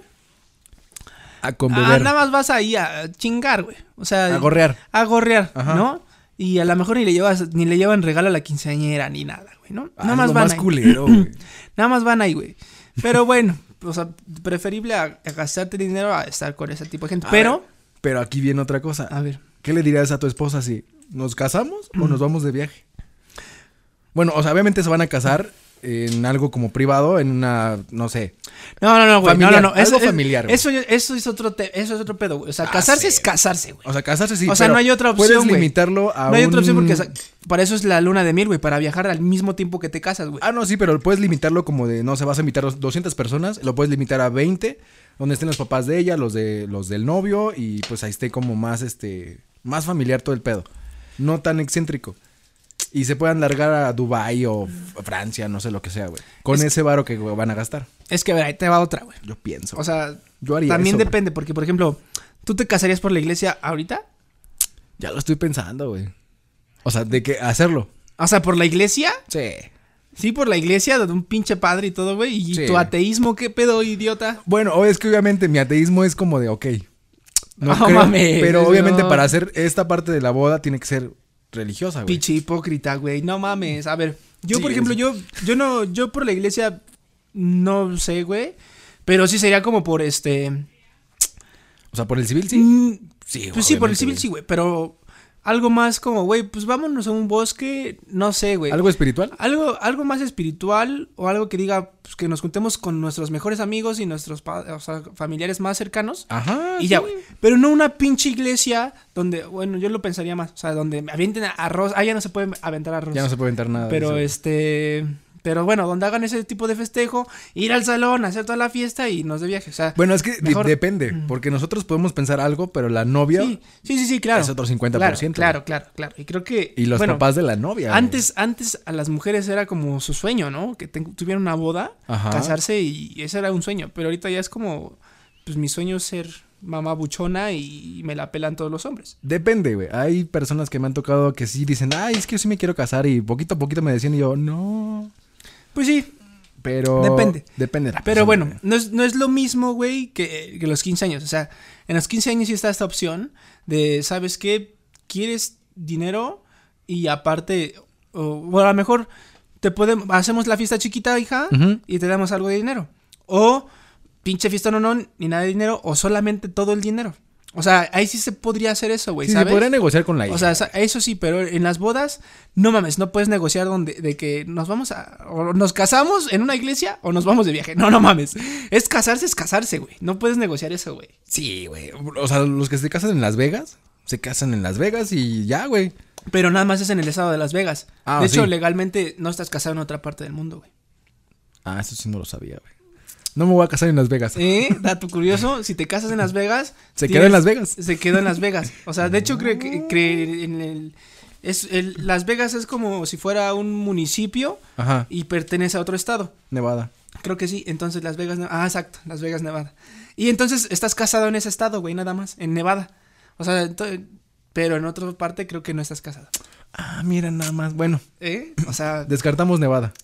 Speaker 2: A
Speaker 1: Ah,
Speaker 2: conviver.
Speaker 1: nada más vas ahí a chingar, güey. O sea,
Speaker 2: a gorrear.
Speaker 1: a gorrear,
Speaker 2: Ajá.
Speaker 1: ¿no? Y a lo mejor ni le llevas, ni le llevan regalo a la quinceañera ni nada, güey, ¿no?
Speaker 2: Ah,
Speaker 1: nada
Speaker 2: es
Speaker 1: más
Speaker 2: lo
Speaker 1: van
Speaker 2: más
Speaker 1: ahí.
Speaker 2: culero, güey.
Speaker 1: Nada más van ahí, güey. Pero bueno, o sea, preferible a, a gastarte dinero a estar con ese tipo de gente.
Speaker 2: A
Speaker 1: Pero,
Speaker 2: ver, pero aquí viene otra cosa.
Speaker 1: a ver,
Speaker 2: ¿Qué le dirías a tu esposa si nos casamos o nos vamos de viaje? Bueno, o sea, obviamente se van a casar en algo como privado, en una, no sé.
Speaker 1: no, no, no, güey, no, no,
Speaker 2: Familiar,
Speaker 1: no, eso,
Speaker 2: algo
Speaker 1: es-
Speaker 2: familiar, güey.
Speaker 1: Eso, eso es otro, te- eso es otro pedo, güey. O sea,
Speaker 2: Ah,
Speaker 1: casarse
Speaker 2: sí.
Speaker 1: es casarse, güey.
Speaker 2: O sea, casarse sí.
Speaker 1: O sea,
Speaker 2: pero
Speaker 1: no hay otra opción,
Speaker 2: Puedes
Speaker 1: güey.
Speaker 2: limitarlo a
Speaker 1: No hay otra opción
Speaker 2: un-
Speaker 1: porque o sea, para eso es la luna de miel, güey, para viajar al mismo tiempo que te casas, güey.
Speaker 2: Ah, no, sí, pero puedes limitarlo como de, no sé, vas a invitar dos- 200 personas, lo puedes limitar a 20, donde estén los papás de ella, los de los del novio y pues ahí esté como más este más familiar todo el pedo. No tan excéntrico. Y se puedan largar a Dubai o Francia, no sé lo que sea, güey. Con
Speaker 1: Es-
Speaker 2: ese varo que güey, van a gastar.
Speaker 1: Es que, a ver, ahí te va otra, güey.
Speaker 2: Yo pienso.
Speaker 1: O sea,
Speaker 2: yo haría
Speaker 1: también
Speaker 2: eso, güey.
Speaker 1: depende, porque, por ejemplo, ¿tú te casarías por la iglesia ahorita?
Speaker 2: Ya lo estoy pensando, güey. O sea, de que hacerlo.
Speaker 1: O sea, por la iglesia.
Speaker 2: Sí.
Speaker 1: Sí, por la iglesia, de un pinche padre y todo, güey. Y
Speaker 2: Sí. Ah,
Speaker 1: tu ateísmo, qué pedo, idiota.
Speaker 2: Bueno, o es que obviamente mi ateísmo es como de, ok. No
Speaker 1: No
Speaker 2: creo,
Speaker 1: mames,
Speaker 2: pero obviamente
Speaker 1: no.
Speaker 2: para hacer esta parte de la boda tiene que ser religiosa, güey.
Speaker 1: Pinche hipócrita, güey. No mames. A ver, yo,
Speaker 2: Sí,
Speaker 1: por ejemplo,
Speaker 2: es-
Speaker 1: yo, yo no, yo por la iglesia, no sé, güey. Pero sí sería como por este.
Speaker 2: O sea, por el civil sí.
Speaker 1: Sí.
Speaker 2: Sí,
Speaker 1: Mm, Pues sí, por el
Speaker 2: obviamente,
Speaker 1: civil
Speaker 2: güey.
Speaker 1: sí, güey. Pero algo más como, güey, pues vámonos a un bosque, no sé, güey.
Speaker 2: ¿Algo espiritual?
Speaker 1: Algo, algo más espiritual o algo que diga pues, que nos juntemos con nuestros mejores amigos y nuestros pa- o sea, familiares más cercanos.
Speaker 2: Ajá.
Speaker 1: Y ya,
Speaker 2: Ah, sí.
Speaker 1: güey. Pero no una pinche iglesia donde, bueno, yo lo pensaría más. O sea, donde me avienten arroz. Ah, ya no se puede aventar arroz.
Speaker 2: Ya no se puede inventar nada. de
Speaker 1: Pero
Speaker 2: eso.
Speaker 1: este. Pero bueno, donde hagan ese tipo de festejo, ir al salón, hacer toda la fiesta y nos de viaje. O sea,
Speaker 2: Bueno, es que de-
Speaker 1: mejor- Mm.
Speaker 2: depende, porque nosotros podemos pensar algo, pero la novia
Speaker 1: sí, sí, sí, sí, claro.
Speaker 2: es otro 50%.
Speaker 1: Claro, claro, claro, claro. Y creo que.
Speaker 2: y los
Speaker 1: bueno,
Speaker 2: papás de la novia. güey.
Speaker 1: Antes, antes a las mujeres era como su sueño, ¿no? Que ten- tuvieran una boda,
Speaker 2: Ajá.
Speaker 1: casarse y ese era un sueño. Pero ahorita ya es como, pues mi sueño es ser mamá buchona y me la pelan todos los hombres.
Speaker 2: Depende, güey. Hay personas que me han tocado que sí dicen, ay, es que yo sí me quiero casar y poquito a poquito me decían y yo, no.
Speaker 1: Pues sí,
Speaker 2: Pero.
Speaker 1: Depende.
Speaker 2: Depende. de la
Speaker 1: pero
Speaker 2: persona,
Speaker 1: bueno,
Speaker 2: güey.
Speaker 1: no es, no es lo mismo, güey, que, que los 15 años. O sea, en los 15 años sí está esta opción de, ¿sabes qué? ¿Quieres dinero? Y aparte, o, bueno, a lo mejor te podemos, hacemos la fiesta chiquita, hija,
Speaker 2: Ujú.
Speaker 1: y te damos algo de dinero. O pinche fiesta no, no, ni nada de dinero, o solamente todo el dinero. O sea, ahí sí se podría hacer eso, güey,
Speaker 2: Sí, se
Speaker 1: ¿sabes?
Speaker 2: podría negociar con la hija.
Speaker 1: O sea, sa- eso sí, pero en las bodas, no mames, no puedes negociar donde, de que nos vamos a, o nos casamos en una iglesia o nos vamos de viaje. No, no mames. Es casarse, es casarse, güey. No puedes negociar eso, güey.
Speaker 2: Sí, güey. O sea, los que se casan en Las Vegas, se casan en Las Vegas y ya, güey.
Speaker 1: Pero nada más es en el estado de Las Vegas.
Speaker 2: Ah,
Speaker 1: de hecho,
Speaker 2: sí.
Speaker 1: legalmente no estás casado en otra parte del mundo, güey.
Speaker 2: Ah, eso sí no lo sabía, güey. No me voy a casar en Las Vegas.
Speaker 1: ¿Eh? Dato curioso, si te casas en Las Vegas...
Speaker 2: Se
Speaker 1: tienes-
Speaker 2: queda en Las Vegas. Ah.
Speaker 1: Se quedó en Las Vegas. O sea, de hecho, creo que cree en el... Es el- Las Vegas es como si fuera un municipio
Speaker 2: Ajá.
Speaker 1: y pertenece a otro estado.
Speaker 2: Nevada.
Speaker 1: Creo que sí. Entonces, Las Vegas... Ne- Ah, exacto. Las Vegas, Nevada. Y entonces, estás casado en ese estado, güey, nada más. En Nevada. O sea, ento- pero en otra parte creo que no estás casado.
Speaker 2: Ah, mira nada más. Bueno,
Speaker 1: ¿Eh? O sea...
Speaker 2: descartamos Nevada.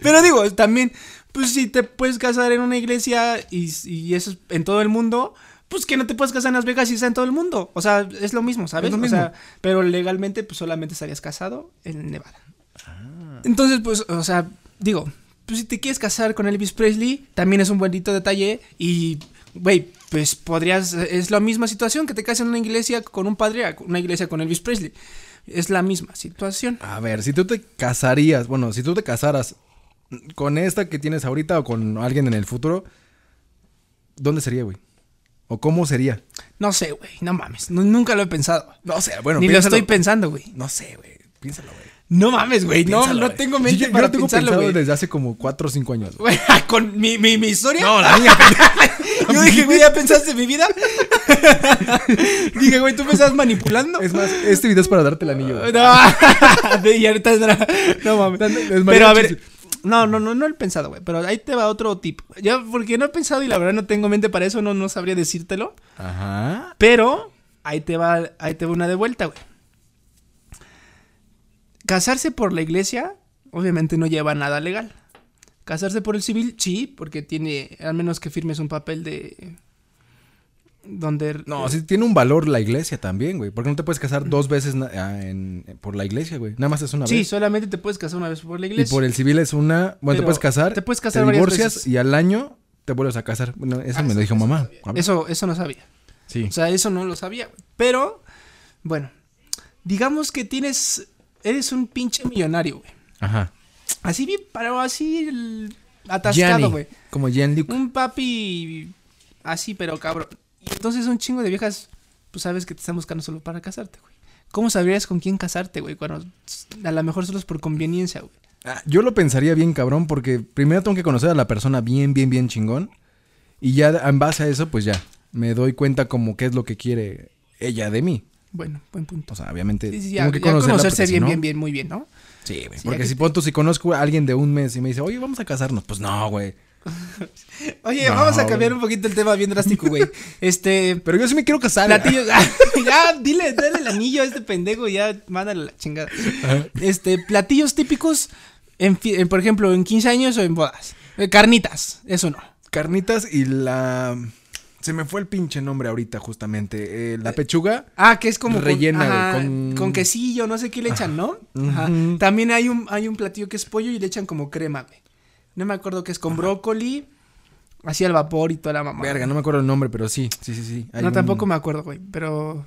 Speaker 1: Pero digo, también, pues si te puedes casar en una iglesia y, y eso es en todo el mundo, pues que no te puedes casar en Las Vegas y sea en todo el mundo. O sea, es lo mismo, ¿sabes?
Speaker 2: Es lo
Speaker 1: O
Speaker 2: mismo.
Speaker 1: sea, pero legalmente, pues solamente estarías casado en Nevada.
Speaker 2: Ah.
Speaker 1: Entonces, pues, o sea, digo, pues si te quieres casar con Elvis Presley, también es un bonito detalle y, güey, pues podrías, es la misma situación que te casas en una iglesia con un padre, a una iglesia con Elvis Presley. Es la misma situación.
Speaker 2: A ver, si tú te casarías, bueno, si tú te casaras con esta que tienes ahorita o con alguien en el futuro, ¿dónde sería, güey? ¿O cómo sería?
Speaker 1: No sé, güey, no mames, nu- nunca lo he pensado.
Speaker 2: No sé, bueno,
Speaker 1: Ni
Speaker 2: piénsalo.
Speaker 1: lo estoy pensando, güey.
Speaker 2: No sé, güey. Piénsalo, güey.
Speaker 1: No mames, güey. No,
Speaker 2: Piénsalo,
Speaker 1: no
Speaker 2: güey.
Speaker 1: tengo
Speaker 2: Yo-
Speaker 1: mente
Speaker 2: yo,
Speaker 1: para
Speaker 2: lo tengo
Speaker 1: pensarlo,
Speaker 2: pensado
Speaker 1: güey.
Speaker 2: desde hace como 4 o 5 años. güey.
Speaker 1: Güey, Con mi, mi, mi historia.
Speaker 2: No, la mía.
Speaker 1: Yo dije, güey, ¿ya pensaste en mi vida? dije, güey, ¿tú me estás manipulando?
Speaker 2: es más, este video es para darte el anillo. güey.
Speaker 1: No, y ahorita es dra- No mames.
Speaker 2: Dando- es
Speaker 1: Pero a
Speaker 2: mariachi.
Speaker 1: ver. No, no, no, no lo he pensado, güey. Pero ahí te va otro tip. Yo, porque no he pensado y la verdad no tengo mente para eso, no, no sabría decírtelo.
Speaker 2: Ajá.
Speaker 1: Pero ahí te va, ahí te va una de vuelta, güey. Casarse por la iglesia, obviamente no lleva nada legal. Casarse por el civil, sí, porque tiene, al menos que firmes un papel de donde
Speaker 2: No, sí tiene un valor la iglesia también, güey. Porque no te puedes casar dos veces na- ah, en- por la iglesia, güey. Nada más es una
Speaker 1: sí,
Speaker 2: vez.
Speaker 1: solamente te puedes casar una vez por la
Speaker 2: Y
Speaker 1: iglesia.
Speaker 2: por el civil es una. Bueno,
Speaker 1: Pero
Speaker 2: te puedes casar.
Speaker 1: te puedes casar varias
Speaker 2: divorcias
Speaker 1: veces.
Speaker 2: y al año te vuelves a casar. Bueno, eso me lo dijo mamá. A ver.
Speaker 1: Eso, eso no sabía.
Speaker 2: Sí.
Speaker 1: O sea, eso no lo sabía. güey. Pero, bueno, digamos que tienes, eres un pinche millonario, güey.
Speaker 2: Ajá.
Speaker 1: Así bien, pero así el-
Speaker 2: Gianni,
Speaker 1: atascado, güey.
Speaker 2: Como Gianluca.
Speaker 1: Un papi así, pero cabrón. Y Entonces un chingo de viejas, pues sabes que te están buscando solo para casarte, güey. ¿Cómo sabrías con quién casarte, güey? Cuando s- a lo mejor solo es por conveniencia, güey.
Speaker 2: Ah, Yo lo pensaría bien, cabrón, porque primero tengo que conocer a la persona bien, bien, bien chingón. Y ya en base a eso, pues ya, me doy cuenta como qué es lo que quiere ella de mí.
Speaker 1: Bueno, buen punto.
Speaker 2: O sea, obviamente.
Speaker 1: Sí, sí, ya,
Speaker 2: tengo que
Speaker 1: ya
Speaker 2: conocerla
Speaker 1: conocerse
Speaker 2: porque si
Speaker 1: bien,
Speaker 2: no-
Speaker 1: bien, bien, muy bien, ¿no?
Speaker 2: Sí, güey.
Speaker 1: Sí, ya
Speaker 2: porque
Speaker 1: que
Speaker 2: si
Speaker 1: te-
Speaker 2: pronto, si conozco a alguien de un mes y me dice, oye, vamos a casarnos, pues no, güey.
Speaker 1: Oye,
Speaker 2: No,
Speaker 1: vamos a cambiar
Speaker 2: güey.
Speaker 1: un poquito el tema bien drástico, güey. Este,
Speaker 2: Pero yo sí me quiero casar.
Speaker 1: platillos. ya, dile, dale el anillo a este pendejo, ya, mándale la chingada. Este, platillos típicos, en, fi- en, por ejemplo, en 15 años o en bodas. Eh, carnitas, eso no.
Speaker 2: Carnitas y la. Se me fue el pinche nombre ahorita, justamente. Eh, la pechuga.
Speaker 1: Ah, que es como con-
Speaker 2: Rellena, güey,
Speaker 1: ajá,
Speaker 2: con-
Speaker 1: con quesillo, no sé qué le echan, ¿no? Ajá.
Speaker 2: Ujú.
Speaker 1: También hay un hay un platillo que es pollo y le echan como crema, güey. No me acuerdo que es con brócoli, así al vapor y toda la mamá.
Speaker 2: Verga, no me acuerdo el nombre, pero sí, sí, sí, sí. hay
Speaker 1: No,
Speaker 2: un-
Speaker 1: tampoco me acuerdo, güey, pero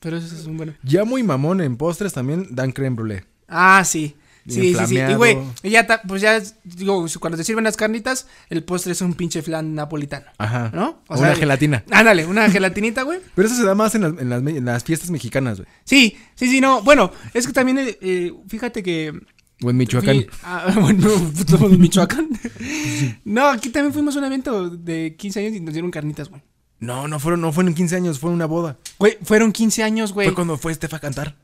Speaker 1: pero eso es un bueno.
Speaker 2: Ya muy mamón en postres también dan creme brulee.
Speaker 1: Ah, sí. Sí,
Speaker 2: Bien
Speaker 1: sí, sí. Y
Speaker 2: flameado.
Speaker 1: güey, y ya ta- pues ya es- digo, cuando te sirven las carnitas, el postre es un pinche flan napolitano,
Speaker 2: Ajá.
Speaker 1: ¿no?
Speaker 2: Ah. O una gelatina.
Speaker 1: Ándale, una gelatinita, güey.
Speaker 2: Pero eso se da más en las, en las me- en las fiestas mexicanas, güey.
Speaker 1: Sí, sí, sí, no. Bueno, es que también eh, eh, fíjate que
Speaker 2: O en Michoacán.
Speaker 1: Fui- ah, bueno, estamos en Michoacán. no, aquí también fuimos a un evento de 15 años y nos dieron carnitas, güey.
Speaker 2: No, no fueron, no fueron 15 años, fue una boda.
Speaker 1: Güey, fueron 15 años, güey.
Speaker 2: Fue cuando fue Estefa a cantar.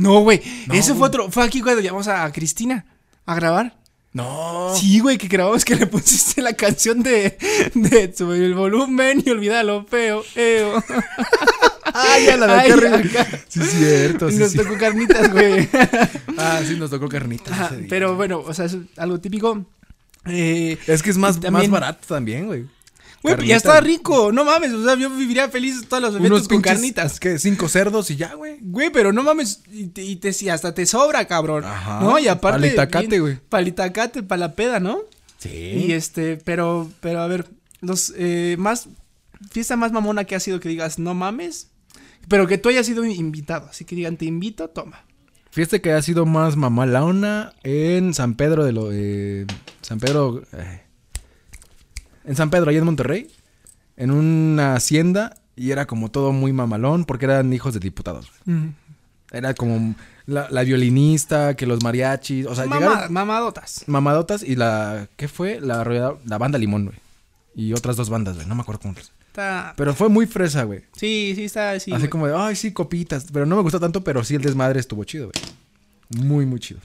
Speaker 1: No, güey.
Speaker 2: No,
Speaker 1: Ese fue
Speaker 2: güey.
Speaker 1: otro. Fue aquí cuando llamamos a, a Cristina a grabar.
Speaker 2: No.
Speaker 1: Sí, güey, que grabamos que le pusiste la canción de, de subir el volumen y olvida lo feo. Eo.
Speaker 2: Ay, ya la de
Speaker 1: Ay,
Speaker 2: qué horrible.
Speaker 1: acá.
Speaker 2: Sí, es cierto,
Speaker 1: Y
Speaker 2: sí,
Speaker 1: nos
Speaker 2: sí.
Speaker 1: tocó carnitas, güey.
Speaker 2: Ah, sí, nos tocó carnitas.
Speaker 1: Ajá,
Speaker 2: ese día.
Speaker 1: Pero bueno, o sea, es algo típico. Eh,
Speaker 2: Es que es más,
Speaker 1: También-
Speaker 2: más barato también, güey.
Speaker 1: Güey, pero ya
Speaker 2: Carnitas.
Speaker 1: está rico, no mames, o sea, yo viviría feliz todos los eventos con
Speaker 2: pinches,
Speaker 1: carnitas.
Speaker 2: ¿Qué? Cinco cerdos y ya, güey.
Speaker 1: Güey, pero no mames, y, te, y te- y hasta te sobra, cabrón.
Speaker 2: Ajá,
Speaker 1: No, y aparte.
Speaker 2: palitacate,
Speaker 1: bien-
Speaker 2: güey.
Speaker 1: Palitacate, para la peda, ¿no?
Speaker 2: Sí.
Speaker 1: Y este, pero, pero a ver, los eh, más. Fiesta más mamona que ha sido que digas, no mames, pero que tú hayas sido invitado, así que digan, te invito, toma.
Speaker 2: Fiesta que ha sido más mamalaona en San Pedro de lo. eh, San Pedro. eh, en San Pedro, allá en Monterrey. En Mm. una hacienda. Y era como todo muy mamalón porque eran hijos de diputados. güey. Era como la, la violinista, que los mariachis, o sea,
Speaker 1: Mamá-
Speaker 2: llegaron
Speaker 1: Mamadotas.
Speaker 2: mamadotas y la, ¿qué fue? La, rodeada- la banda Limón, güey. Y otras dos bandas, güey, no me acuerdo cómo.
Speaker 1: Está-
Speaker 2: Pero fue muy fresa, güey.
Speaker 1: Sí, sí, está así.
Speaker 2: Así
Speaker 1: güey.
Speaker 2: como de, ay, sí, copitas. Pero no me gustó tanto, pero sí el desmadre estuvo chido, güey. Muy, muy chido.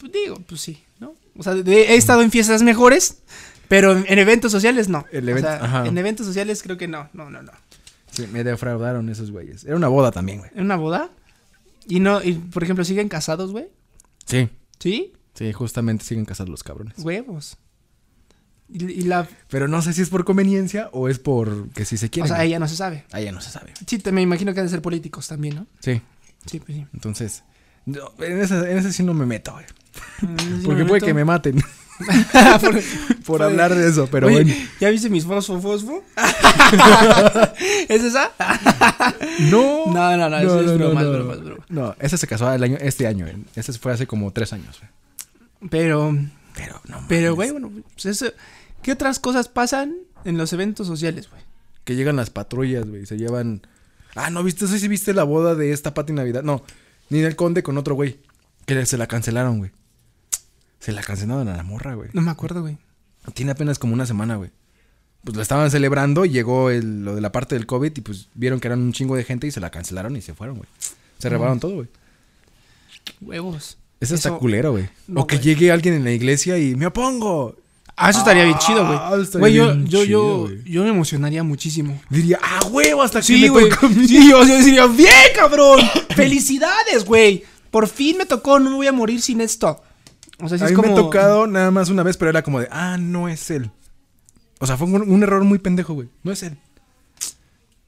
Speaker 1: Pues digo, pues sí, ¿no? O sea, de- he estado en fiestas mejores, pero en, en eventos sociales no.
Speaker 2: El
Speaker 1: O
Speaker 2: evento-
Speaker 1: sea,
Speaker 2: ajá.
Speaker 1: En eventos sociales creo que no, no, no, no.
Speaker 2: Sí, me defraudaron esos güeyes. Era una boda también, güey.
Speaker 1: En una boda y no, y, por ejemplo, siguen casados, güey.
Speaker 2: Sí.
Speaker 1: Sí,
Speaker 2: Sí, justamente siguen casados los cabrones.
Speaker 1: huevos. Y, y la,
Speaker 2: Pero no sé si es por conveniencia o es por que si se
Speaker 1: o
Speaker 2: quieren.
Speaker 1: sea, ella no se sabe.
Speaker 2: Ahí ya no se sabe.
Speaker 1: Sí, te, me imagino que han de ser políticos también, ¿no?
Speaker 2: Sí.
Speaker 1: Sí, pues sí.
Speaker 2: Entonces, no, en, ese, en ese sí no me meto, güey.
Speaker 1: Mm,
Speaker 2: Porque puede que me maten
Speaker 1: Por-
Speaker 2: por hablar de eso, pero
Speaker 1: Oye,
Speaker 2: bueno.
Speaker 1: ¿Ya viste mis fosfo fosfo? ¿Es esa?
Speaker 2: No.
Speaker 1: No, no, no, eso es broma, es broma, es broma.
Speaker 2: No, ese se casó el año, este año, güey. Ese fue hace como tres años, güey.
Speaker 1: Pero,
Speaker 2: Pero no.
Speaker 1: pero,
Speaker 2: mames.
Speaker 1: güey, bueno, pues eso- ¿Qué otras cosas pasan en los eventos sociales, güey?
Speaker 2: Que llegan las patrullas, güey. Se llevan. Ah, no, viste, no sé si viste la boda de esta Pati Navidad. No, ni del conde con otro güey. Que se la cancelaron, güey. Se la cancelaron a la morra, güey.
Speaker 1: No me acuerdo, güey.
Speaker 2: Tiene apenas como una semana, güey. Pues la estaban celebrando, llegó el- lo de la parte del COVID y pues vieron que eran un chingo de gente y se la cancelaron y se fueron, güey. Se rebaron todo, güey.
Speaker 1: Huevos.
Speaker 2: Eso está
Speaker 1: Eso-
Speaker 2: culero, güey.
Speaker 1: no,
Speaker 2: o que
Speaker 1: güey.
Speaker 2: llegue alguien en la iglesia y me opongo.
Speaker 1: Ah, eso estaría bien chido, güey.
Speaker 2: Ah, estaría
Speaker 1: Güey, yo,
Speaker 2: bien
Speaker 1: yo,
Speaker 2: chido,
Speaker 1: yo,
Speaker 2: güey.
Speaker 1: yo me emocionaría muchísimo.
Speaker 2: Diría, ah, huevo, hasta aquí
Speaker 1: Sí,
Speaker 2: me
Speaker 1: güey.
Speaker 2: toca a mí".
Speaker 1: Sí, yo, yo diría, bien, cabrón. Felicidades, güey. Por fin me tocó, no me voy a morir sin esto. O sea, sí
Speaker 2: a
Speaker 1: es
Speaker 2: mí
Speaker 1: como...
Speaker 2: me ha tocado nada más una vez, pero era como de, ah, no es él. O sea, fue un, un error muy pendejo, güey. No es él.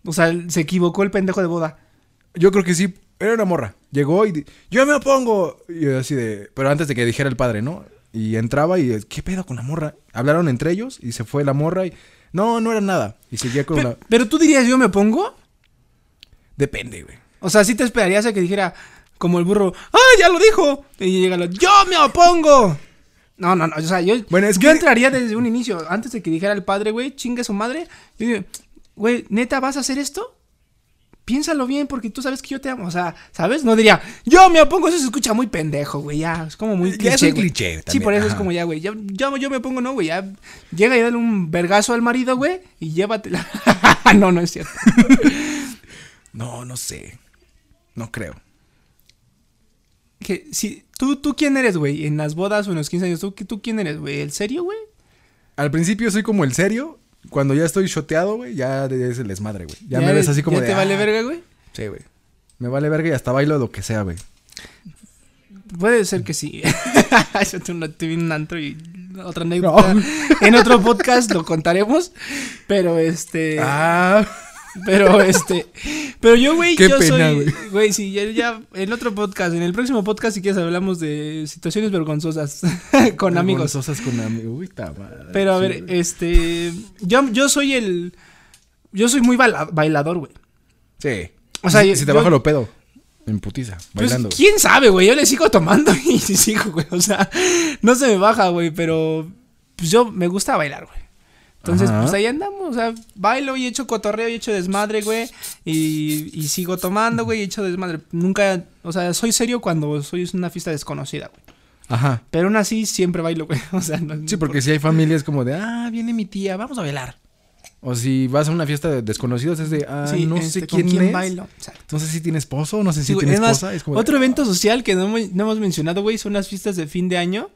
Speaker 1: O sea, se equivocó el pendejo de boda.
Speaker 2: Yo creo que sí, era una morra. Llegó y di- yo me opongo. Y yo así de, pero antes de que dijera el padre, ¿no? Y entraba y, ¿qué pedo con la morra? Hablaron entre ellos y se fue la morra y, no, no era nada. Y seguía con
Speaker 1: Pe-
Speaker 2: la.
Speaker 1: pero tú dirías, yo me pongo.
Speaker 2: Depende, güey.
Speaker 1: O sea, sí te esperarías a que dijera, como el burro, ¡ah, ya lo dijo! Y llega lo, ¡yo me opongo! No, no, no, o sea, yo,
Speaker 2: Bueno, es
Speaker 1: yo
Speaker 2: que-
Speaker 1: entraría desde un inicio, antes de que dijera el padre, güey, chingue su madre, yo digo, güey, ¿neta vas a hacer esto? Piénsalo bien, porque tú sabes que yo te amo, o sea, ¿sabes? No diría, yo me opongo, eso se escucha muy pendejo, güey, ya, es como muy
Speaker 2: Ya
Speaker 1: cliché,
Speaker 2: es un
Speaker 1: güey.
Speaker 2: cliché
Speaker 1: Sí,
Speaker 2: también,
Speaker 1: por eso es
Speaker 2: ajá.
Speaker 1: como ya, güey, ya, ya- yo me opongo, no, güey, ya llega y dale un vergazo al marido, güey, y llévatela. no, no es cierto.
Speaker 2: No, no sé. No creo.
Speaker 1: Que si, ¿tú, ¿Tú quién eres, güey? En las bodas o en los 15 años, ¿tú, tú quién eres, güey? ¿El serio, güey?
Speaker 2: Al principio soy como el serio. Cuando ya estoy shoteado, güey, ya es el desmadre, güey. Ya, me
Speaker 1: eres-
Speaker 2: ves así como
Speaker 1: ¿Ya
Speaker 2: de,
Speaker 1: te vale
Speaker 2: "Ah".
Speaker 1: verga, güey?
Speaker 2: Sí, güey. Me vale verga y hasta bailo lo que sea, güey.
Speaker 1: Puede ser que sí. Yo tuve una- tuve un antro y otra anécdota. En otro podcast lo contaremos. Pero este.
Speaker 2: Ah,
Speaker 1: Pero este. Pero yo, güey,
Speaker 2: Qué
Speaker 1: yo
Speaker 2: pena,
Speaker 1: soy.
Speaker 2: güey.
Speaker 1: Güey, sí, ya, ya. En otro podcast, en el próximo podcast, si quieres, hablamos de situaciones vergonzosas con amigos.
Speaker 2: vergonzosas con amigos. Uy, ta madre.
Speaker 1: Pero a
Speaker 2: Sí,
Speaker 1: ver,
Speaker 2: güey.
Speaker 1: este. Yo, yo soy el. Yo soy muy bala- bailador, güey.
Speaker 2: Sí.
Speaker 1: O sea,
Speaker 2: si,
Speaker 1: yo-
Speaker 2: si te
Speaker 1: yo-
Speaker 2: bajo lo pedo. En putiza,
Speaker 1: Pues,
Speaker 2: bailando. güey.
Speaker 1: quién sabe, güey. Yo le sigo tomando y sigo, güey. O sea, no se me baja, güey. Pero pues yo me gusta bailar, güey. Entonces,
Speaker 2: Ajá.
Speaker 1: pues ahí andamos. O sea, bailo y echo cotorreo y echo desmadre, güey. Y, y sigo tomando, güey, y echo desmadre. Nunca, o sea, soy serio cuando soy una fiesta desconocida, güey.
Speaker 2: Ajá.
Speaker 1: Pero aún así siempre bailo, güey. O sea, no,
Speaker 2: Sí, porque si hay familias como de, ah, viene mi tía, vamos a bailar. O si vas a una fiesta de desconocidos es de, ah,
Speaker 1: Sí,
Speaker 2: no
Speaker 1: este,
Speaker 2: sé
Speaker 1: ¿con
Speaker 2: quién, es.
Speaker 1: bailo. Exacto.
Speaker 2: No sé si tiene esposo, no sé
Speaker 1: Sí,
Speaker 2: si
Speaker 1: güey,
Speaker 2: tiene
Speaker 1: es más,
Speaker 2: esposa. es como de, "Ah".
Speaker 1: otro evento social que no, hemos- no hemos mencionado, güey, son las fiestas de fin de año.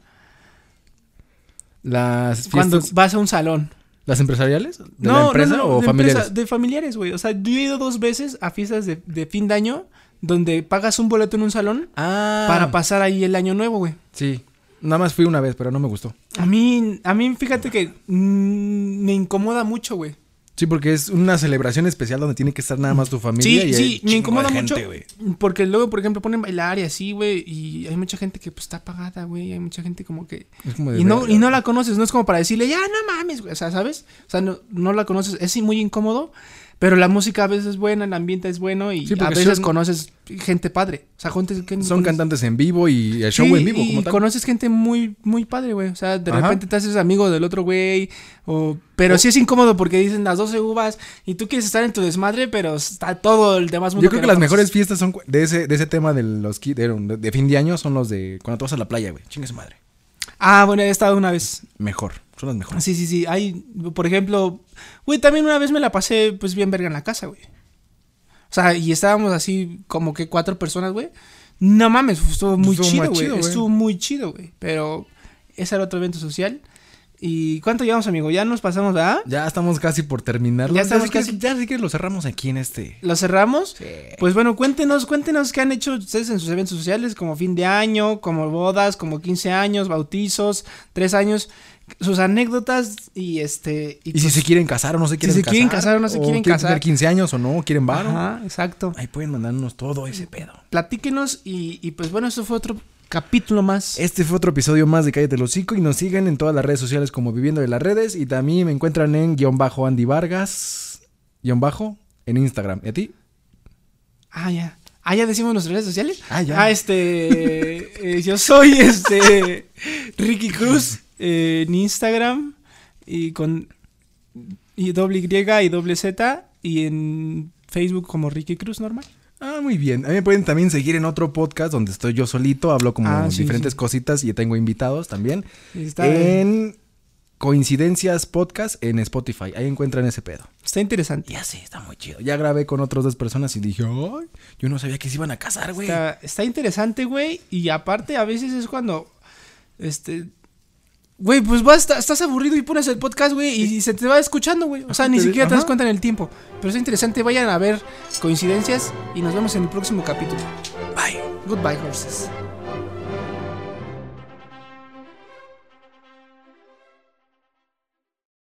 Speaker 2: Las
Speaker 1: Cuando
Speaker 2: fiestas,
Speaker 1: vas a un salón.
Speaker 2: ¿Las empresariales? ¿De la empresa o
Speaker 1: de
Speaker 2: familiares?
Speaker 1: empresa- de familiares, güey. O sea, yo he ido dos veces a fiestas de, de fin de año donde pagas un boleto en un salón
Speaker 2: Ah,
Speaker 1: para pasar ahí el año nuevo, güey.
Speaker 2: Sí. Nada más fui una vez, pero no me gustó.
Speaker 1: A mí, a mí, fíjate que mm, me incomoda mucho, güey.
Speaker 2: Sí, porque es una celebración especial donde tiene que estar nada más tu familia.
Speaker 1: Sí,
Speaker 2: y hay
Speaker 1: sí, me
Speaker 2: chingo
Speaker 1: incomoda
Speaker 2: de
Speaker 1: mucho.
Speaker 2: gente, güey.
Speaker 1: Porque luego, por ejemplo, ponen bailar y así, güey. Y hay mucha gente que pues está apagada, güey. Hay mucha gente como que.
Speaker 2: Es como de
Speaker 1: Y no,
Speaker 2: verga.
Speaker 1: y no la conoces, no es como para decirle, ya no mames, güey. O sea, ¿sabes? O sea, no, no la conoces, es sí, muy incómodo. Pero la música a veces es buena, el ambiente es bueno y
Speaker 2: Sí,
Speaker 1: a
Speaker 2: porque
Speaker 1: veces
Speaker 2: son-
Speaker 1: conoces gente padre. O sea, gente, gente-
Speaker 2: Son cantantes en vivo y el show
Speaker 1: pues, Sí,
Speaker 2: en vivo,
Speaker 1: y
Speaker 2: como tal.
Speaker 1: conoces gente muy, muy padre, güey. O sea, de
Speaker 2: Ajá.
Speaker 1: repente te haces amigo del otro güey. O... Pero sí es incómodo porque dicen las 12 uvas y tú quieres estar en tu desmadre, pero está todo el demás mundo.
Speaker 2: Yo creo
Speaker 1: no
Speaker 2: que, las
Speaker 1: conoces.
Speaker 2: mejores fiestas son cu- de ese, de ese tema de los ki- de, de fin de año son los de cuando te vas a la playa, güey. Chingue su madre.
Speaker 1: Ah, bueno, he estado una vez.
Speaker 2: Mejor. Son las mejores.
Speaker 1: Sí, sí, sí. Hay, por ejemplo, güey, también una vez me la pasé pues bien verga en la casa, güey. O sea, y estábamos así como que cuatro personas, güey. No mames, estuvo muy
Speaker 2: Estuvo
Speaker 1: chido,
Speaker 2: más
Speaker 1: güey.
Speaker 2: chido, güey.
Speaker 1: Estuvo muy chido, güey. Pero ese era otro evento social. ¿Y cuánto llevamos, amigo? Ya nos pasamos, ¿verdad?
Speaker 2: Ya estamos casi por terminarlo.
Speaker 1: Ya estamos
Speaker 2: si quieres-
Speaker 1: casi-
Speaker 2: ya si quieres lo cerramos aquí en este.
Speaker 1: ¿Lo cerramos?
Speaker 2: Sí.
Speaker 1: Pues bueno, cuéntenos, cuéntenos qué han hecho ustedes en sus eventos sociales, como fin de año, como bodas, como 15 años, bautizos, 3 años, sus anécdotas y este...
Speaker 2: Y si
Speaker 1: pues-
Speaker 2: se quieren casar o no se quieren
Speaker 1: se
Speaker 2: casar.
Speaker 1: quieren casar o no se quieren casar.
Speaker 2: tener 15 años o no, quieren varo.
Speaker 1: Ajá, exacto.
Speaker 2: Ahí pueden mandarnos todo ese pedo.
Speaker 1: Platíquenos y, y pues bueno, eso fue otro capítulo más.
Speaker 2: Este fue otro episodio más de Cállate el Hocico y nos siguen en todas las redes sociales como Viviendo de las Redes y también me encuentran en guión bajo Andy Vargas, guión bajo, en Instagram. ¿Y a ti?
Speaker 1: Ah, ya. Ah, ya decimos nuestras redes sociales.
Speaker 2: Ah, ya.
Speaker 1: este. eh, yo soy este. Ricky Cruz eh, en Instagram y con. Y doble Y y doble Z y en Facebook como Ricky Cruz normal.
Speaker 2: Ah, muy bien. A mí me pueden también seguir en otro podcast donde estoy yo solito, hablo como
Speaker 1: Ah, sí,
Speaker 2: diferentes
Speaker 1: sí.
Speaker 2: cositas y tengo invitados también.
Speaker 1: Está,
Speaker 2: en Coincidencias Podcast en Spotify. Ahí encuentran ese pedo.
Speaker 1: está interesante.
Speaker 2: Ya sí, está muy chido. Ya grabé con otras dos personas y dije, ay, yo no sabía que se iban a casar, güey.
Speaker 1: Está, está interesante, güey. Y aparte, a veces es cuando. Este. Güey, pues vas, está- estás aburrido y pones el podcast, güey, y, y se te va escuchando, güey. O sea, ni
Speaker 2: te-
Speaker 1: siquiera te das
Speaker 2: ajá.
Speaker 1: cuenta en el tiempo. Pero está interesante, vayan a ver coincidencias y nos vemos en el próximo capítulo.
Speaker 2: Bye.
Speaker 1: Goodbye, horses.